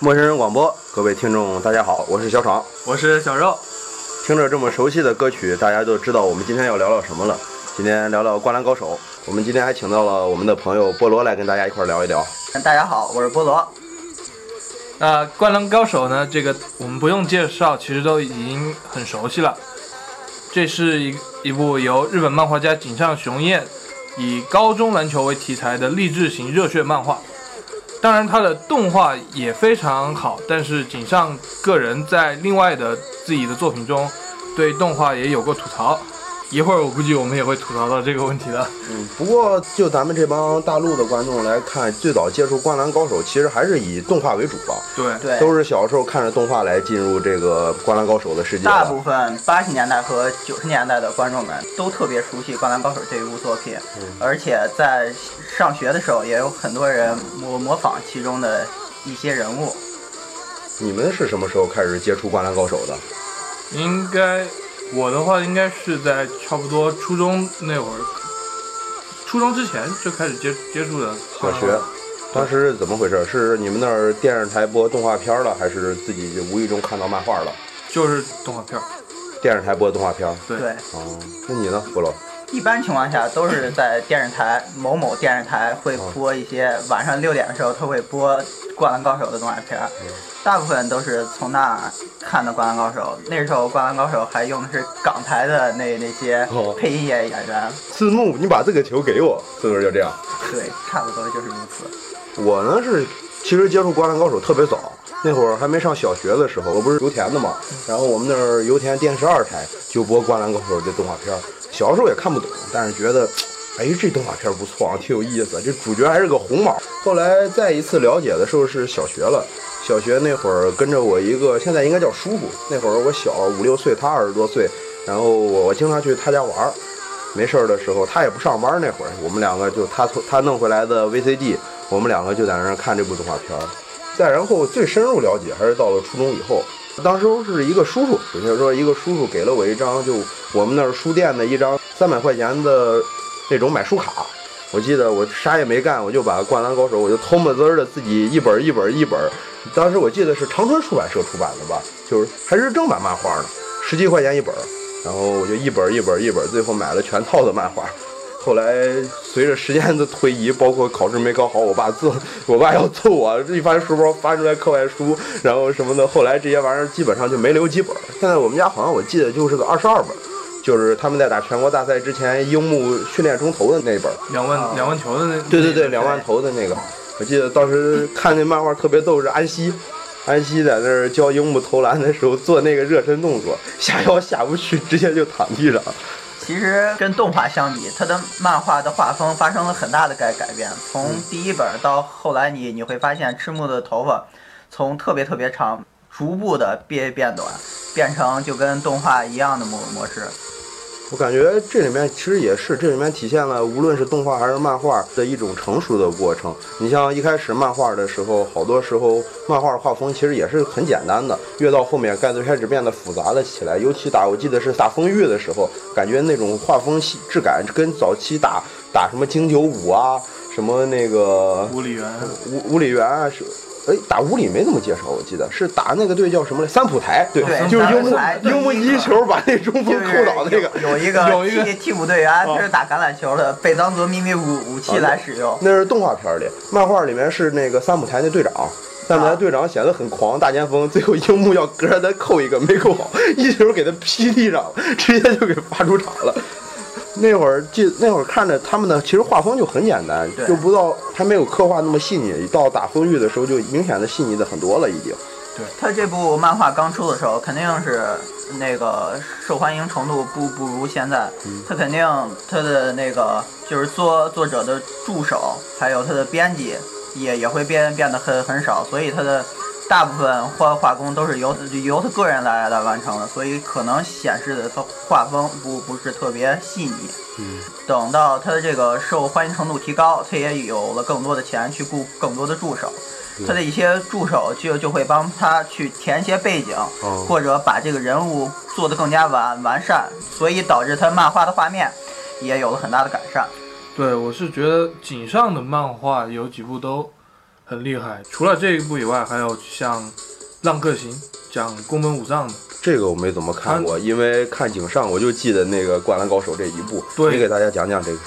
陌生人广播，各位听众，大家好，我是小闯。我是小肉，听着这么熟悉的歌曲，大家就知道我们今天要聊聊什么了。今天聊聊《灌篮高手》，我们今天还请到了我们的朋友菠萝来跟大家一块儿聊一聊。大家好，我是菠萝。那《灌篮高手》呢？这个我们不用介绍，其实都已经很熟悉了。这是一一部由日本漫画家井上雄彦以高中篮球为题材的励志型热血漫画。当然，它的动画也非常好，但是井上个人在另外的自己的作品中，对动画也有过吐槽。一会儿我估计我们也会吐槽到这个问题的。嗯，不过就咱们这帮大陆的观众来看，最早接触《灌篮高手》其实还是以动画为主吧，对，对，都是小时候看着动画来进入这个《灌篮高手》的世界大的。部分八十年代和九十年代的观众们都特别熟悉《灌篮高手》这一部作品，嗯而且在上学的时候也有很多人模模仿其中的一些人物。你们是什么时候开始接触《灌篮高手》的？应该我的话应该是在差不多初中那会儿，初中之前就开始接接触的小学，当时是怎么回事？是你们那儿电视台播动画片了，还是自己就无意中看到漫画了？就是动画片儿。电视台播动画片。对对，哦，那你呢，菠萝？一般情况下都是在电视台某某电视台会播嗯一些晚上六点的时候，他会播《灌篮高手》的动画片儿，嗯大部分都是从那儿看的《灌篮高手》。那时候《灌篮高手》还用的是港台的那那些哦配音演员，字幕，你把这个球给我，是不是就这样？对，差不多就是如此。我呢是，其实接触《灌篮高手》特别早，那会儿还没上小学的时候，我不是油田的嘛，然后我们那儿油田电视二台就播《灌篮高手》这动画片儿，小时候也看不懂，但是觉得。哎，这动画片儿不错啊，挺有意思。这主角还是个红毛。后来再一次了解的时候是小学了，小学那会儿跟着我一个，现在应该叫叔叔。那会儿我小五六岁，他二十多岁，然后我我经常去他家玩儿，没事儿的时候，他也不上班那会儿，我们两个就他从他弄回来的 VCD，我们两个就在那儿看这部动画片儿。再然后最深入了解还是到了初中以后，当时是一个叔叔，准确说一个叔叔给了我一张就我们那儿书店的一张三百块钱的那种买书卡。我记得我啥也没干，我就把《灌篮高手》我就偷摸滋儿的自己一本儿一本儿一本儿。当时我记得是长春出版社出版的吧，就是还是正版漫画呢，十几块钱一本儿。然后我就一本儿一本儿一本儿，最后买了全套的漫画。后来随着时间的推移，包括考试没考好，我爸揍我爸要揍我，一翻书包翻出来课外书，然后什么的。后来这些玩意儿基本上就没留几本儿。现在我们家好像我记得就是个二十二本儿，就是他们在打全国大赛之前樱木训练中投的那本儿。两万、哦两万球的那对对对，两万头的那个，我记得当时看那漫画特别逗，是安西，安西在那儿教樱木投篮的时候做那个热身动作，下腰下不去，直接就躺地上。其实跟动画相比，它的漫画的画风发生了很大的改改变。从嗯第一本到后来你，你会发现赤木的头发从特别特别长，逐步的变变短，变成就跟动画一样的模模式。我感觉这里面其实也是，这里面体现了无论是动画还是漫画的一种成熟的过程。你像一开始漫画的时候，好多时候漫画画风其实也是很简单的，越到后面盖子开始变得复杂了起来。尤其打我记得是打风玉的时候，感觉那种画风细质感跟早期打打什么京九五啊，什么那个五里元，五五里园啊是。哎，打五里没怎么介绍，我记得是打那个队叫什么来？三浦台，对，对就是樱三木浦台对樱木一球把那中锋就是扣倒那个，有有一个 有一个替替补队员，哦他啊是打橄榄球的，被当做秘密武武器来使用。那是动画片里，漫画里面是那个三浦台那队长，三浦台队长显得很狂，大前锋，最后樱木要隔着他扣一个没扣好，一球给他劈地上了，直接就给罚出场了。那会儿记那会儿看着他们的，其实画风就很简单，对就不到还没有刻画那么细腻，到打风玉的时候就明显的细腻的很多了，已经。他这部漫画刚出的时候，肯定是那个受欢迎程度不不如现在。他肯定他的那个就是作作者的助手，还有他的编辑也也会变变得很很少，所以他的大部分画画工都是由由他个人来来完成的，所以可能显示的他画风不不是特别细腻。等到他的这个受欢迎程度提高，他也有了更多的钱去雇更多的助手，他的一些助手就就会帮他去填一些背景，哦或者把这个人物做得更加完完善，所以导致他漫画的画面也有了很大的改善。对我是觉得井上的漫画有几部都很厉害。除了这一部以外，还有像《浪客行》讲宫本武藏的，这个我没怎么看过，因为看井上我就记得那个《灌篮高手》这一部。对你给大家讲讲这个，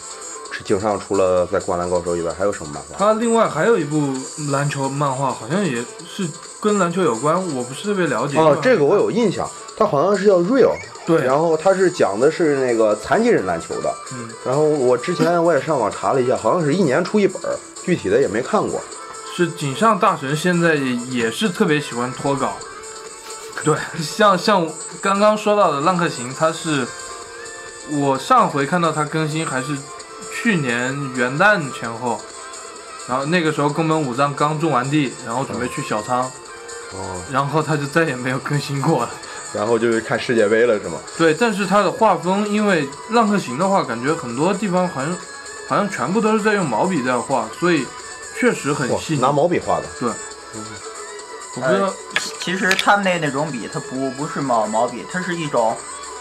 井上除了在《灌篮高手》以外还有什么漫画？他另外还有一部篮球漫画，好像也是跟篮球有关，我不是特别了解。哦，这个我有印象，它好像是叫 Real，对，然后它是讲的是那个残疾人篮球的。嗯，然后我之前我也上网查了一下，好像是一年出一本儿，具体的也没看过。是井上大神现在也也是特别喜欢脱稿，对， 像像刚刚说到的《浪客行》，他是我上回看到他更新还是去年元旦前后，然后那个时候宫本武藏刚种完地，然后准备去小仓，哦，然后他就再也没有更新过了。然后就是看世界杯了是吗？对，但是它的画风，因为《浪客行》的话，感觉很多地方好像好像全部都是在用毛笔在画，所以确实很哇细，腻。拿毛笔画的。我不知道，其实他们那那种笔，它不不是毛毛笔，它是一种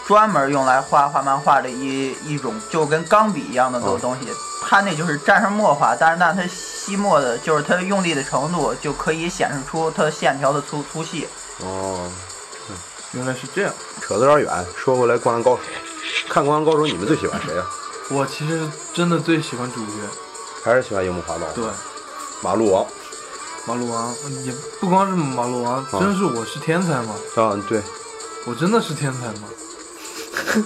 专门用来画画漫画的一一种，就跟钢笔一样的东嗯东西。它那就是蘸上墨画，但是但它吸墨的，就是它用力的程度，就可以显示出它线条的粗粗细。哦，原来是这样。扯得有点远。说回来，《灌篮高手》，看《灌篮高手》，你们最喜欢谁啊？我其实真的最喜欢主角，还是喜欢樱木花道？对，马路王马路王，也不光是马路王，真是我是天才吗？啊，对，我真的是天才吗？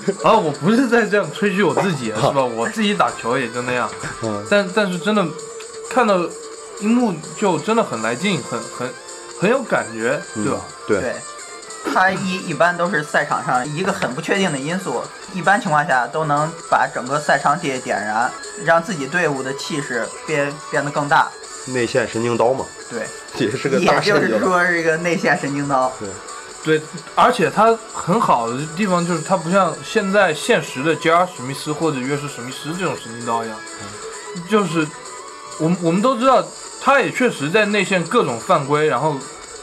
啊，我不是在这样吹嘘我自己，啊是吧？我自己打球也就那样，嗯，但但是真的看到樱木就真的很来劲，很很很有感觉，对吧？嗯对，对，它一一般都是赛场上一个很不确定的因素，一般情况下都能把整个赛场点点燃，让自己队伍的气势变变得更大。内线神经刀嘛，对，也是个也大神就经是刀。说这个内线神经刀。对，而且它很好的地方就是它不像现在现实的 J.R. 史密斯或者约瑟史密斯这种神经刀一样，嗯就是我们我们都知道，他也确实在内线各种犯规，然后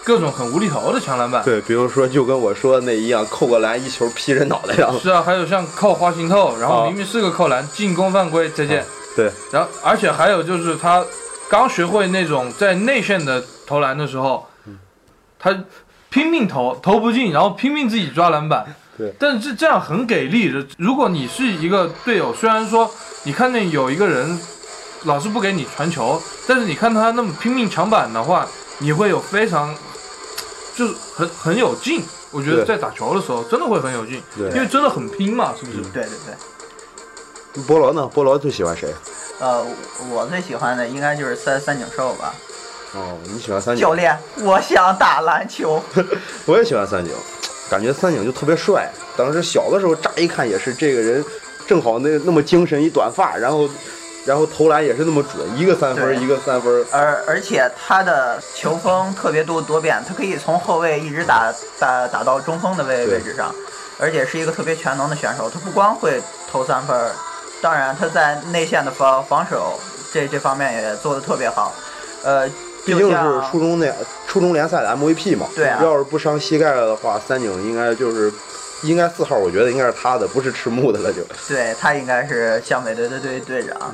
各种很无厘头的抢篮板。对，比如说就跟我说那一样，扣个篮一球劈人脑袋上。是啊，还有像扣花心透，然后啊明明是个扣篮，进攻犯规，再见。对，然后而且还有就是他刚学会那种在内线的投篮的时候，他拼命投，投不进，然后拼命自己抓篮板。对，但是这样很给力的。如果你是一个队友，虽然说你看见有一个人老是不给你传球，但是你看他那么拼命抢板的话，你会有非常就是很很有劲。我觉得对在打球的时候真的会很有劲，对嗯因为真的很拼嘛，是不是？对对对，菠萝呢？菠萝最喜欢谁？呃，我最喜欢的应该就是三三井寿吧。哦，你喜欢三井教？练，我想打篮球。我也喜欢三井，感觉三井就特别帅。当时小的时候乍一看也是这个人，正好那那么精神，一短发，然后然后投篮也是那么准，一个三分对一个三分。而而且他的球风特别多多变，他可以从后卫一直打打打到中锋的位对位置上，而且是一个特别全能的选手。他不光会投三分儿，当然他在内线的防防守这这方面也做得特别好。呃，毕就竟是像初中那初中联赛的 MVP 嘛。对啊要是不伤膝盖了的话，三井应该就是应该四号，我觉得应该是他的，不是赤木的了就。对他应该是湘北队的队队长。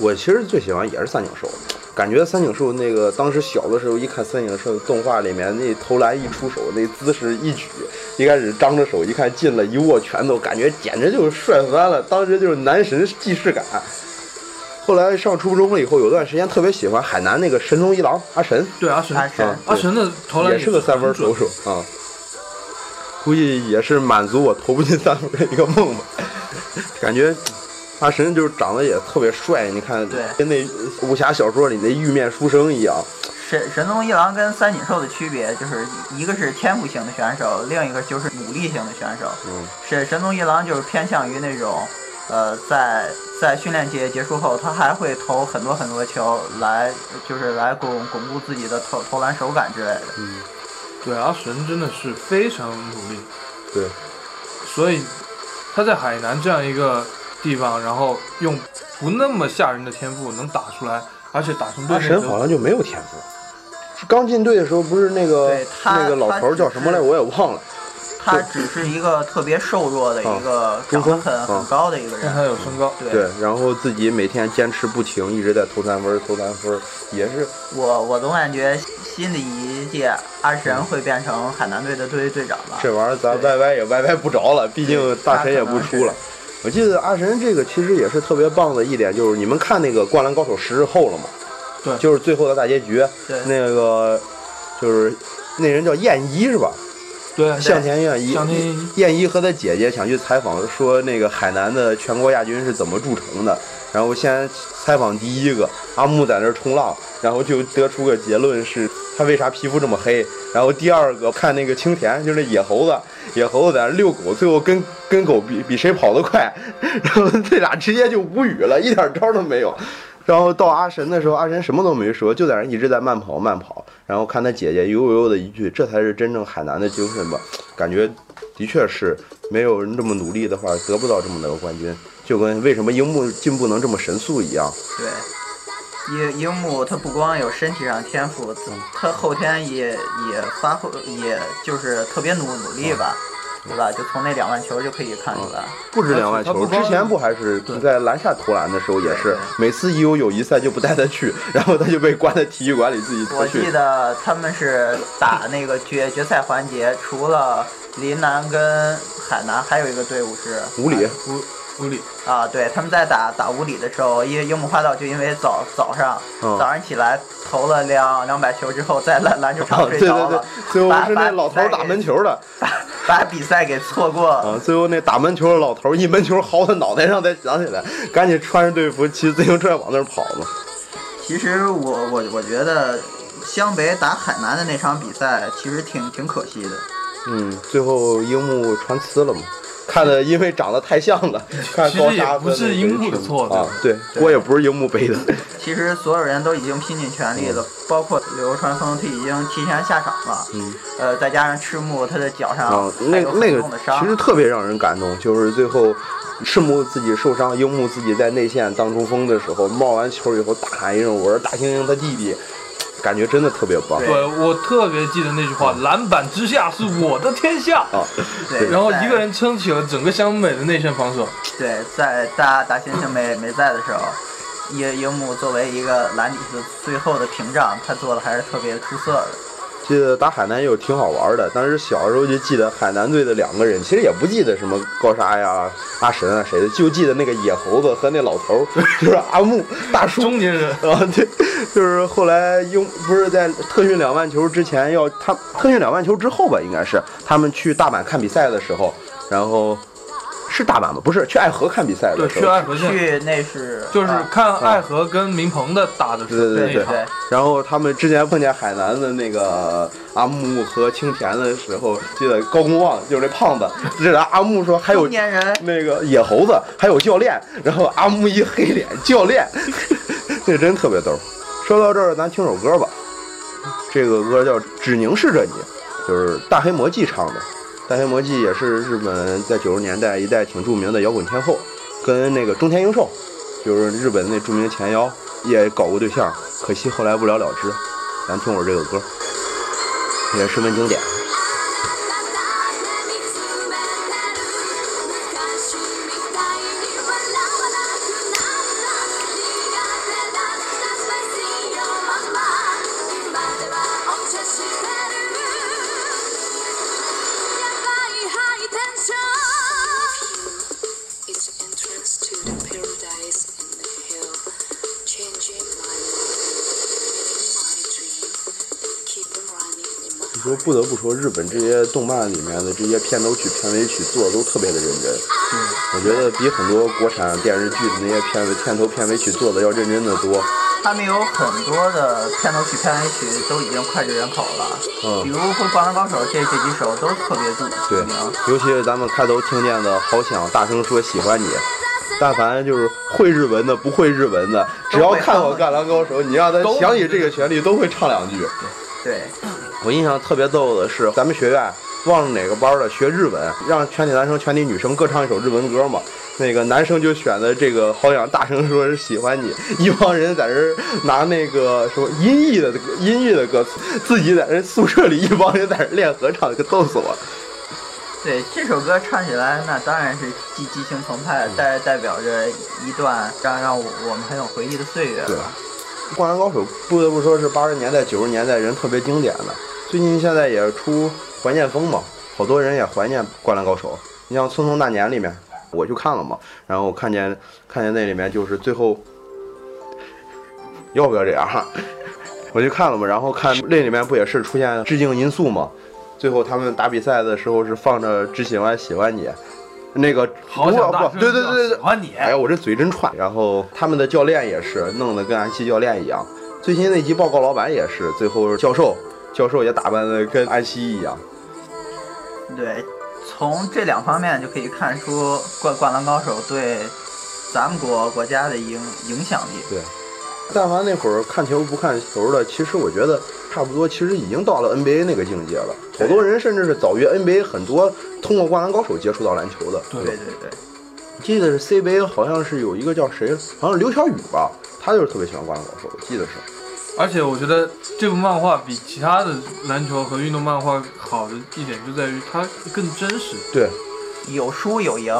我其实最喜欢也是三井寿，感觉三井寿那个当时小的时候一看三井寿动画里面那投篮一出手那姿势一举，一开始张着手一看进了，一握拳头，感觉简直就是帅翻了，当时就是男神既视感。后来上初中了以后，有段时间特别喜欢海南那个神龙一郎阿神，对，嗯阿神，阿神啊阿神的投篮也是个三分投准。手啊、估计也是满足我投不进三分的一个梦吧。感觉阿神就是长得也特别帅，你看对跟那武侠小说里那玉面书生一样。神神宗一郎跟三井寿的区别就是一个是天赋型的选手，另一个就是努力型的选手。嗯，神神宗一郎就是偏向于那种，呃，在在训练节结束后，他还会投很多很多球来，就是来巩巩固自己的投投篮手感之类的。对，阿神真的是非常努力，对，所以他在海南这样一个地方，然后用不那么吓人的天赋能打出来，而且打成对阿面神球好像就没有天赋。是刚进队的时候，不是那个对他那个老头儿叫什么来，他我也忘了。他只是一个特别瘦弱的一个中锋长得很很啊高的一个但他人，有身高，对对，然后自己每天坚持不停，一直在投三分，投三分，也是我我总感觉新的一届阿神会变成海南队的队队长吧。这玩意儿咱对歪歪也歪歪不着了，毕竟大神也不出了。我记得阿神这个其实也是特别棒的一点，就是你们看那个《灌篮高手》十日后了嘛？对就是最后的大结局，对那个就是那人叫燕一是吧？对，向田燕一向田燕一，燕一和他姐姐想去采访，说那个海南的全国亚军是怎么铸成的。然后先采访第一个阿木在那儿冲浪，然后就得出个结论是他为啥皮肤这么黑。然后第二个看那个青田，就是那野猴子，野猴子在那儿遛狗，最后跟跟狗比比谁跑得快，然后 这俩直接就无语了，一点招都没有。然后到阿神的时候，阿神什么都没说，就在那儿一直在慢跑慢跑。然后看他姐姐悠悠的一句：“这才是真正海南的精神吧？”感觉的确是没有人这么努力的话，得不到这么大个冠军。就跟为什么樱木进步能这么神速一样，对，樱樱木他不光有身体上天赋，他后天也也发挥，也就是特别努努力吧，嗯对吧？就从那两万球就可以看出来。不止两万他球。不光之前不还是对在篮下投篮的时候也对是对，每次一有友谊赛就不带他去，然后他就被关在体育馆里自己我自训记。得他们是打那个决决赛环节，除了林南跟海南，还有一个队伍是无理，无无理，啊，对，他们在打打无理的时候，因为樱木花道就因为早早上、嗯早上起来投了两两百球之后，在篮篮球啊场对睡对着对了，，最后把是那把老头儿比赛打给门球的，把把比赛给错过了。啊，最后那打门球的老头儿一门球薅他脑袋上，才想起来，赶紧穿着队服骑自行车往那儿跑嘛。其实我我我觉得湘北打海南的那场比赛其实挺挺可惜的。嗯，最后樱木穿刺了嘛？看的，因为长得太像了，看其高实也沙不是樱木的错啊，对，锅也不是樱木背 的。其实所有人都已经拼尽全力了，包括流川枫他已经提前下场了。嗯，呃，再加上赤木他的脚上啊，还那有那很个重的其实伤，特别让人感动，就是最后赤木自己受伤，樱木自己在内线当中锋的时候，冒完球以后大喊一声：“我是大猩猩他弟弟！”感觉真的特别棒对对我特别记得那句话：“篮板之下是我的天下。”啊！对，然后在一个人撑起了整个湘北的内线防守，对，在大大猩猩没没在的时候，樱樱木作为一个篮底的最后的屏障，他做的还是特别出色的。记得打海南也有挺好玩的，当时小时候就记得海南队的两个人，其实也不记得什么高沙呀、阿神啊谁的，就记得那个野猴子和那老头儿， 就是阿木大叔。 中年人啊，对，就是后来英不是在特训两万球之前要他特训两万球之后吧，应该是他们去大阪看比赛的时候，然后是大阪吗？不是，去爱河看比赛对的时去候，爱河县，去那是就是啊看爱河跟明鹏的打的时对候对对那一场，对然后他们之前碰见海南的那个阿木和青田的时候，记得高公望就是那胖子，这阿木说还有中年人那个野猴子，还有教练，然后阿木一黑脸，教练，这真特别逗。说到这儿，咱听首歌吧，这个歌叫《只凝视着你》，就是大黑摩季唱的。大黑摩季也是日本在九十年代一代挺著名的摇滚天后，跟那个中田英寿，就是日本那著名前腰，也搞过对象，可惜后来不了了之。咱听会儿这个歌，也十分经典。 「ただ見つめてる」「昔みたいに笑わなくなった」「苦手だったスパイシーよママ」「今ではお茶してる」「やばいハイテンション」 its entrance to the paradise in the hill, changing my mind, in my dream, and keep running in my 你说不得不说，日本这些动漫里面的这些片头曲、片尾曲做的都特别的认真。我觉得比很多国产电视剧的那些片尾、片头、片尾曲做的要认真的多。他们有很多的片头曲、片尾曲都已经脍炙人口了，嗯比如《灌篮高手》这这几首都特别著对著名。，尤其是咱们开头听见的，好想大声说喜欢你。但凡就是会日文的、不会日文的，只要看过《灌篮高手》，你让他都想起这个旋律，都会唱两句。对，我印象特别逗的是，咱们学院忘了哪个班了，学日文，让全体男生、全体女生各唱一首日文歌嘛。那个男生就选的这个，好想大声说是喜欢你。一帮人在这儿拿那个什么音译的歌音译的歌词，自己在这宿舍里一帮人在这儿练合唱，可逗死我了。对这首歌唱起来，那当然是既激情澎湃，嗯代代表着一段让让我我们很有回忆的岁月对吧。 《灌篮高手》不得不说是八十年代、九十年代人特别经典的。最近现在也出怀念风嘛，好多人也怀念《灌篮高手》。你像《匆匆那年》里面，我去看了嘛，然后我看见看见那里面就是最后要不要这样， 我去看了嘛，然后看那里面不也是出现致敬因素嘛？最后他们打比赛的时候是放着《只喜欢喜欢你》，那个好想大不声不对对对对对叫喜，欢你，哎呀，我这嘴真串。然后他们的教练也是弄得跟安西教练一样。最新那集报告老板也是，最后教授教授也打扮的跟安西一样。对，从这两方面就可以看出《灌灌篮高手》对咱们国国家的影影响力。但凡那会儿看球不看球的，其实我觉得差不多，其实已经到了 NBA 那个境界了。好多人甚至是早于 NBA 很多通过《灌篮高手》接触到篮球的。对对对对，记得是 CBA 好像是有一个叫谁，好像刘晓宇吧，他就是特别喜欢《灌篮高手》，我记得是。而且我觉得这部漫画比其他的篮球和运动漫画好的一点就在于它更真实。对有输有赢，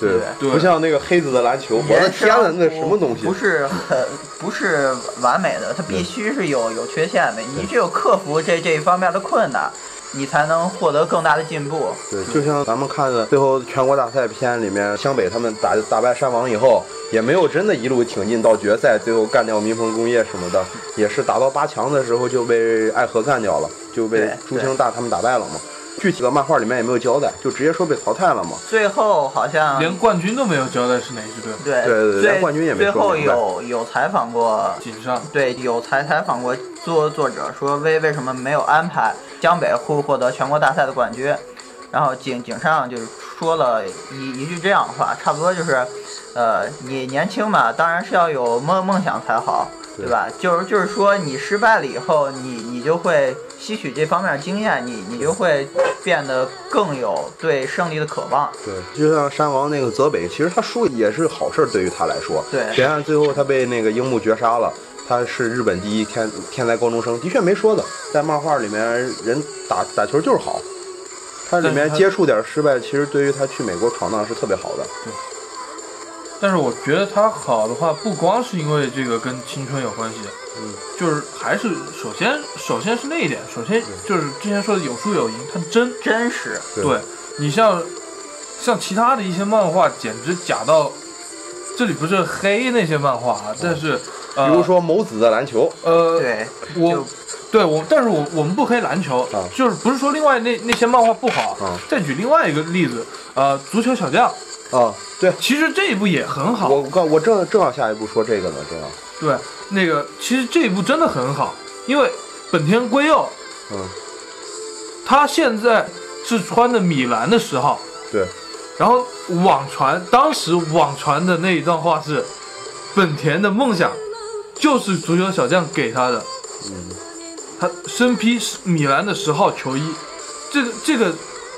对对不对？对不像那个黑子的篮球，我的人天生呐，那什么东西？不是很不是完美的，它必须是有有缺陷的。你只有克服这这一方面的困难，你才能获得更大的进步。对，就像咱们看的最后全国大赛篇里面，湘北他们打打败山王以后，也没有真的一路挺进到决赛，最后干掉民鹏工业什么的，也是打到八强的时候就被爱河干掉了，就被对朱星大他们打败了嘛。具体的漫画里面也没有交代，就直接说被淘汰了嘛。最后好像啊连冠军都没有交代是哪一支队，对对对对最连冠军也没最说后明白有有采访过，井上对，有采采访过作作者说为为什么没有安排江北获获得全国大赛的冠军，然后井井上就是说了一一句这样的话，差不多就是，呃，你年轻嘛，当然是要有梦梦想才好，对吧？就是就是说你失败了以后，你你就会吸取这方面经验，你你就会变得更有对胜利的渴望。对，就像山王那个泽北，其实他输也是好事儿，对于他来说。对别看最后他被那个樱木绝杀了，他是日本第一天天才高中生，的确没说的。在漫画里面，人打打球就是好，他里但面是他接触点失败，其实对于他去美国闯荡是特别好的。但是我觉得它好的话，不光是因为这个跟青春有关系，嗯，就是还是首先首先是那一点，首先就是之前说的有输有赢，它真。真实，对对你像像其他的一些漫画，简直假到这里不是黑那些漫画啊，但是、呃、比如说某子的篮球，呃，对，我就对我，但是我我们不黑篮球，啊就是不是说另外那那些漫画不好。啊再举另外一个例子，呃，足球小将，啊，对其实这一部也很好，我刚我正正要下一步说这个呢，正要，对，那个其实这一部真的很好，因为本田圭佑嗯，他现在是穿的米兰的十号，对，然后网传当时网传的那一段话是，本田的梦想就是足球小将给他的，嗯，他身披米兰的十号球衣，这个这个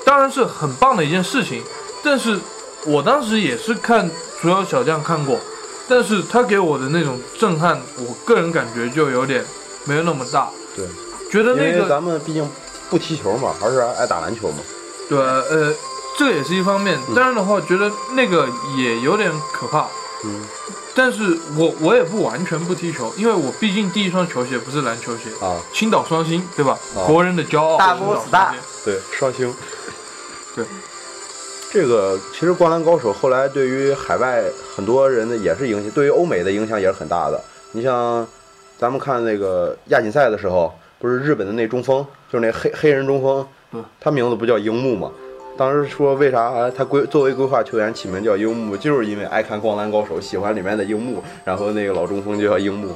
当然是很棒的一件事情，但是我当时也是看足球小将看过，但是他给我的那种震撼，我个人感觉就有点没有那么大，对，觉得因那为个咱们毕竟不踢球嘛，还是爱打篮球嘛。对呃，这个也是一方面，当然的话，觉得那个也有点可怕，嗯但是我我也不完全不踢球，因为我毕竟第一双球鞋不是篮球鞋，啊，青岛双星对吧？啊国人的骄傲，大青岛波子大双星对，双星。对，这个其实《灌篮高手》后来对于海外很多人的也是影响，对于欧美的影响也是很大的。你像咱们看那个亚锦赛的时候，不是日本的那中锋，就是那黑黑人中锋嗯，他名字不叫樱木吗？当时说为啥哎他规作为规划球员起名叫樱木，就是因为爱看《灌篮高手》，喜欢里面的樱木，然后那个老中锋就叫樱木。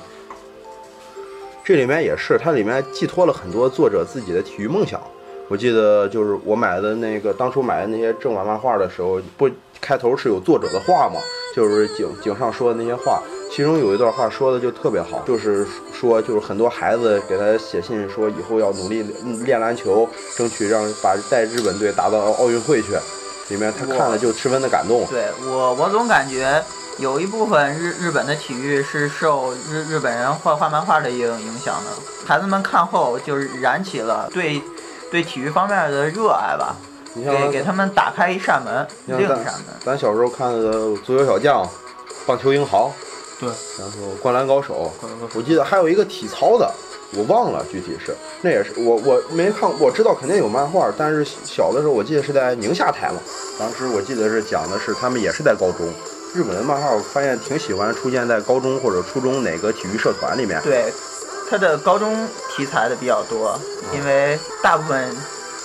这里面也是，它里面寄托了很多作者自己的体育梦想。我记得就是我买的那个，当初买的那些正版漫画的时候，不开头是有作者的话嘛，就是井井上说的那些话，其中有一段话说的就特别好，就是说就是很多孩子给他写信说以后要努力练练篮球，争取让把带日本队打到奥运会去。里面他看了就十分的感动，对我，我总感觉有一部分日日本的体育是受日日本人画画漫画的影影响的。孩子们看后就是燃起了对对体育方面的热爱吧。你像给给他们打开一扇门，你另一像扇咱门。咱小时候看的《足球小将》《棒球英豪》，对，然后《灌篮高手》，灌篮高手我记得还有一个体操的，我忘了具体是，那也是我我没看，我知道肯定有漫画，但是小的时候我记得是在宁夏台嘛，当时我记得是讲的是他们也是在高中。日本的漫画我发现挺喜欢出现在高中或者初中哪个体育社团里面，对，他的高中题材的比较多，嗯因为大部分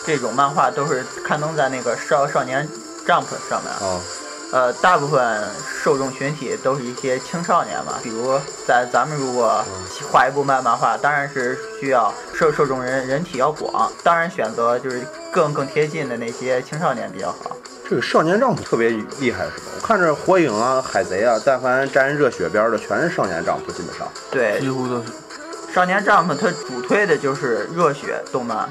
这种漫画都是刊登在那个少少年 Jump 上面。啊，呃，大部分受众群体都是一些青少年嘛，比如在咱们如果画一部漫漫画，当然是需要受受众人人体要广，当然选择就是更更贴近的那些青少年比较好。这个少年丈夫特别厉害是吧？我看着火影啊、海贼啊，但凡沾热血边的全是少年丈夫，基本上。对哎几，乎都是。少年 Jump 它主推的就是热血动漫，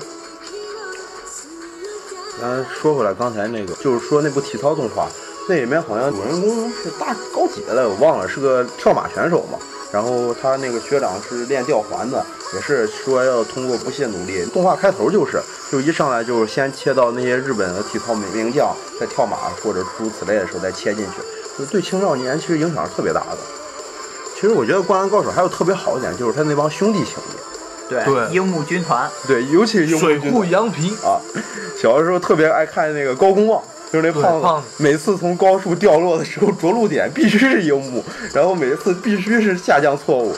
咱说回来，刚才那个就是说那部体操动画，那里面好像主人公是大高几的了，我忘了，是个呃跳马选手嘛。然后他那个学长是练吊环的，也是说要通过不懈努力。动画开头就是，就一上来就是先切到那些日本的体操名名将在跳马或者诸如此类的时候再切进去，就对青少年其实影响是特别大的。其实我觉得《灌篮高手》还有特别好一点，就是他那帮兄弟情谊，对，对樱木军团，对，尤其是樱木水军户团洋平，啊，小的时候特别爱看那个高公望，就是那对胖子，胖子每次从高处掉落的时候着陆点必须是樱木，然后每次必须是下降错误。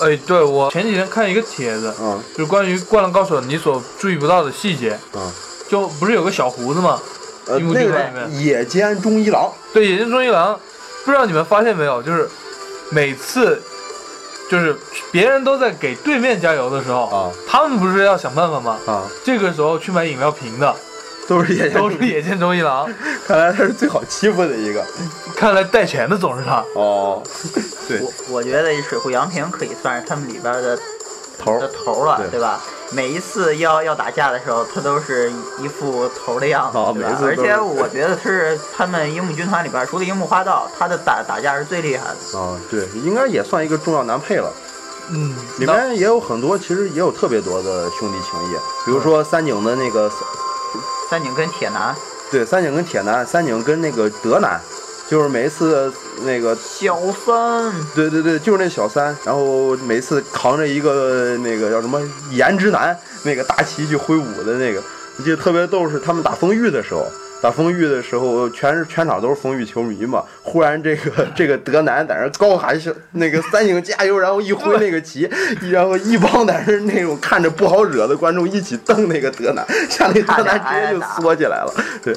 哎，对我前几天看一个帖子，嗯就是关于《灌篮高手》你所注意不到的细节，嗯，就不是有个小胡子吗？呃，樱木那军个团里面野间忠一郎，对，野间忠一郎，不知道你们发现没有，就是每次就是别人都在给对面加油的时候，啊他们不是要想办法吗？啊，这个时候去买饮料瓶的都是野间都忠是，野间忠一郎，看来他是最好欺负的一个。看来带钱的总是他。哦，对，我我觉得水户洋平可以算是他们里边的头的儿头了，对对吧？每一次要要打架的时候，他都是一副头的样子，啊对吧每次都是而且我觉得他是他们樱木军团里边，除了樱木花道，他的打打架是最厉害的。啊，对，应该也算一个重要男配了。嗯，里面也有很多，其实也有特别多的兄弟情谊，比如说三井的那个三井跟铁男对，三井跟铁男，三井跟那个德男，就是每一次那个，小三，对对对，就是那小三，然后每次扛着一个那个叫什么颜值男那个大旗去挥舞的那个，我记得特别逗是他们打丰裕的时候。打丰裕的时候，全是全场都是丰裕球迷嘛。忽然，这个这个德南在那高喊是那个三井加油，然后一挥那个旗，然后一帮在那那种看着不好惹的观众一起瞪那个德南，吓那德南直接就缩起来了。对，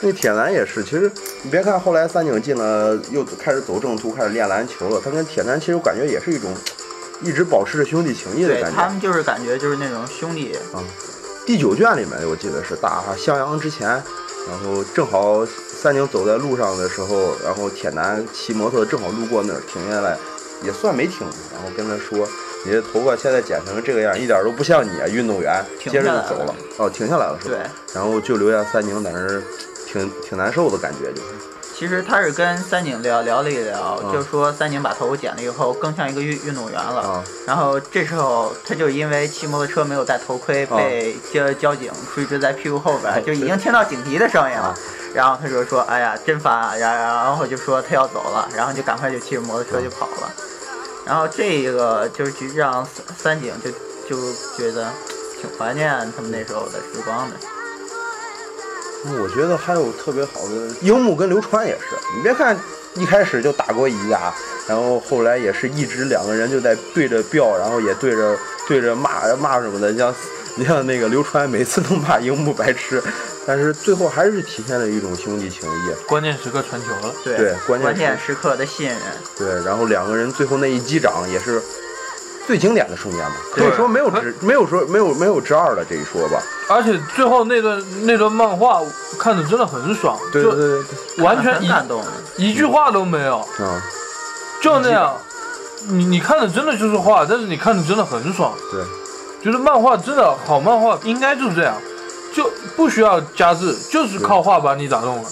那铁男也是，其实你别看后来三井进了，又开始走正途，开始练篮球了。他跟铁男其实我感觉也是一种一直保持着兄弟情谊的对感他觉。们就是感觉就是那种兄弟，第九卷里面我记得是打襄阳之前，然后正好三井走在路上的时候，然后铁男骑摩托正好路过那儿停下来，也算没停，然后跟他说：“你的头发现在剪成这个样，一点都不像你啊，运动员。”停接着下来就走了了。哦，停下来了是吧？对。然后就留下三井在那儿，挺挺难受的感觉，就是。其实他是跟三井聊聊了一聊，嗯就说三井把头发剪了以后更像一个运运动员了。啊然后这时候他就因为骑摩托车没有戴头盔，啊被交交警追追在屁股后边啊儿，就已经听到警笛的声音啊了。然后他就说：“哎呀，真烦啊！”然然后就说他要走了，然后就赶快就骑着摩托车就跑了。然后这个就是局让三三井就就觉得挺怀念他们那时候的时光的。嗯我觉得还有特别好的樱木跟流川也是，你别看一开始就打过一架，然后后来也是一直两个人就在对着飙，然后也对着对着骂骂什么的，你像你像那个流川每次都骂樱木白痴，但是最后还是体现了一种兄弟情谊。关键时刻传球了，对对关键关是时刻的信任。对，然后两个人最后那一击掌也是最经典的瞬间吧，可以对说没有之没有说没有没有之二了这一说吧。而且最后那段那段漫画看的真的很爽，对对对对，就完全很一感动的，一句话都没有，嗯，就那样。你你看的真的就是画，但是你看的真的很爽。对。觉得漫画真的好，漫画应该就是这样，就不需要加字，就是靠画把你打动了。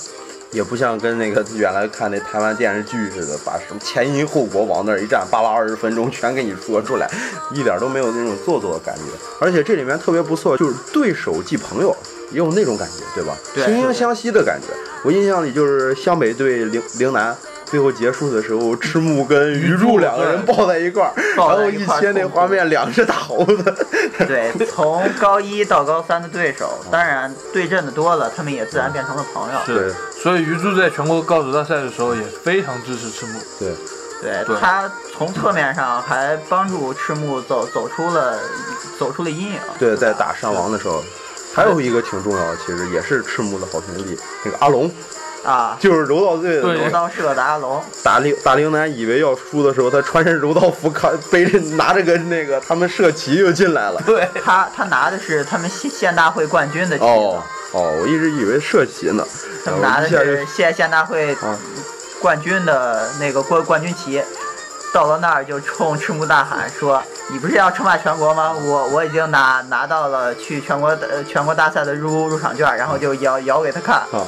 也不像跟那个原来看那台湾电视剧似的，把什么前因后果往那儿一站，巴拉二十分钟全给你说出来，一点都没有那种做作的感觉。而且这里面特别不错，就是对手即朋友，也有那种感觉，对吧？对惺惺相惜的感觉。我印象里就是湘北对陵陵南，最后结束的时候，赤木跟鱼鱼柱柱两个人抱在一块儿，然抱后在一一块儿切那痛苦画面，两只大 猴子。对，从高一到高三的对手，当然对阵的多了，他们也自然变成了朋友。对是，所以鱼柱在全国高手大赛的时候也非常支持赤木。对，对对他从侧面上还帮助赤木走走出了走出了阴影。 对，在打山王的时候，还有一个挺重要的，其实也是赤木的好兄弟，那个阿龙，啊，就是柔道队的对柔道社的阿龙，打陵打陵南以为要输的时候，他穿身柔道服，扛背着拿着个那个他们社旗又进来 了。对他他拿的是他们县县大会冠军的旗子，哦哦，我一直以为社旗呢，他然们拿后的一下就是县县大会啊冠军的那个冠冠军旗。到了那儿就冲赤木大喊说：“你不是要称霸全国吗？我我已经拿拿到了去全国呃全国大赛的入入场券，然后就摇摇给他看。啊，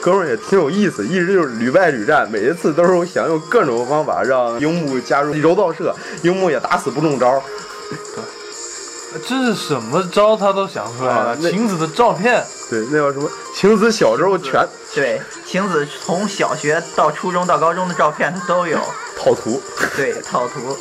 哥们儿也挺有意思，一直就是屡败屡战，每一次都是想用各种方法让樱木加入柔道社，樱木也打死不中招。这是什么招他都想出来啊了，那晴子的照片，对，那叫什么晴子小时候全对，晴子从小学到初中到高中的照片他都有，套图，对，套图。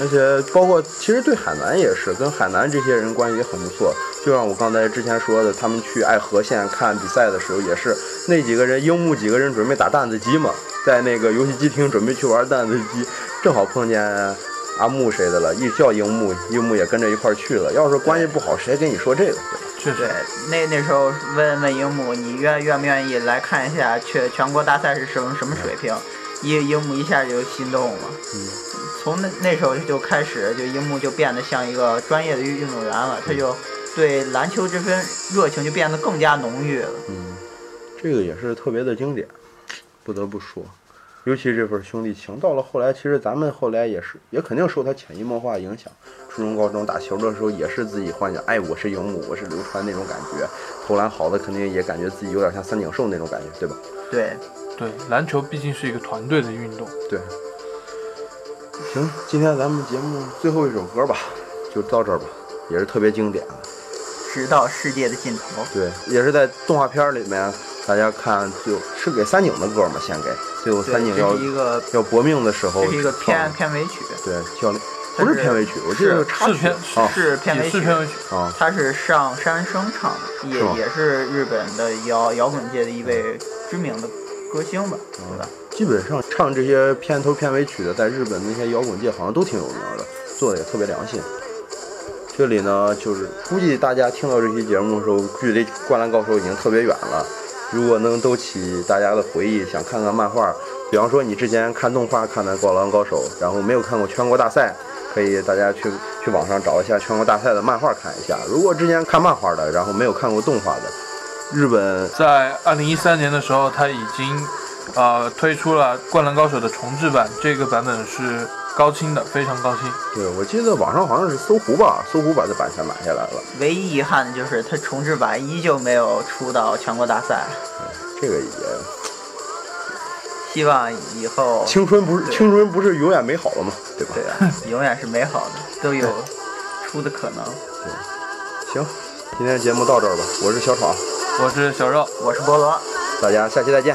而且包括其实对海南也是，跟海南这些人关系也很不错。就像我刚才之前说的，他们去爱河县看比赛的时候，也是那几个人，樱木几个人准备打弹子机嘛，在那个游戏机厅准备去玩弹子机，正好碰见阿木谁的了，一叫樱木，樱木也跟着一块儿去了。要是关系不好，谁跟你说这个？对吧确对实，那那时候问问樱木，你愿愿不愿意来看一下全全国大赛是什么什么水平？樱樱木一下就心动了。嗯，从那那时候就开始，就樱木就变得像一个专业的运运动员了，他就对篮球这份热情就变得更加浓郁了。嗯，这个也是特别的经典，不得不说。尤其这份兄弟情，到了后来，其实咱们后来也是，也肯定受他潜移默化影响。初中、高中打球的时候，也是自己幻想，哎，我是樱木，我是流川那种感觉。投篮好的，肯定也感觉自己有点像三井寿那种感觉，对吧？对，对，篮球毕竟是一个团队的运动。对。行，今天咱们节目最后一首歌吧，就到这儿吧，也是特别经典的。啊直到世界的尽头。对，也是在动画片里面，大家看就是给三井的歌嘛，献给最后对三井要哦这是一个要搏命的时候这是一个唱片片尾曲，对教练不它是是片尾曲，我记得是是插曲啊是片是片也是尾曲。片尾曲，啊他是上山声唱的，也是吗也是日本的摇摇滚界的一位知名的歌星吧，对吧？基本上唱这些片头片尾曲的，在日本那些摇滚界好像都挺有名的，做的也特别良心。这里呢，就是估计大家听到这期节目的时候，距离《灌篮高手》已经特别远了。如果能勾起大家的回忆，想看看漫画，比方说你之前看动画看的《灌篮高手》，然后没有看过全国大赛，可以大家去去网上找一下全国大赛的漫画看一下。如果之前看漫画的，然后没有看过动画的，日本在二零一三年的时候，他已经呃推出了《灌篮高手》的重制版，这个版本是高清的，非常高清。对，我记得网上好像是搜狐吧，搜狐把这版权买下来了，唯一遗憾的就是他重制版依旧没有出到全国大赛，这个也希望以后青春不是青春不是永远美好了吗？对吧？对啊，永远是美好的，都有出的可能。行，今天节目到这儿吧，我是小闯，我是小肉，我是菠萝，大家下期再见。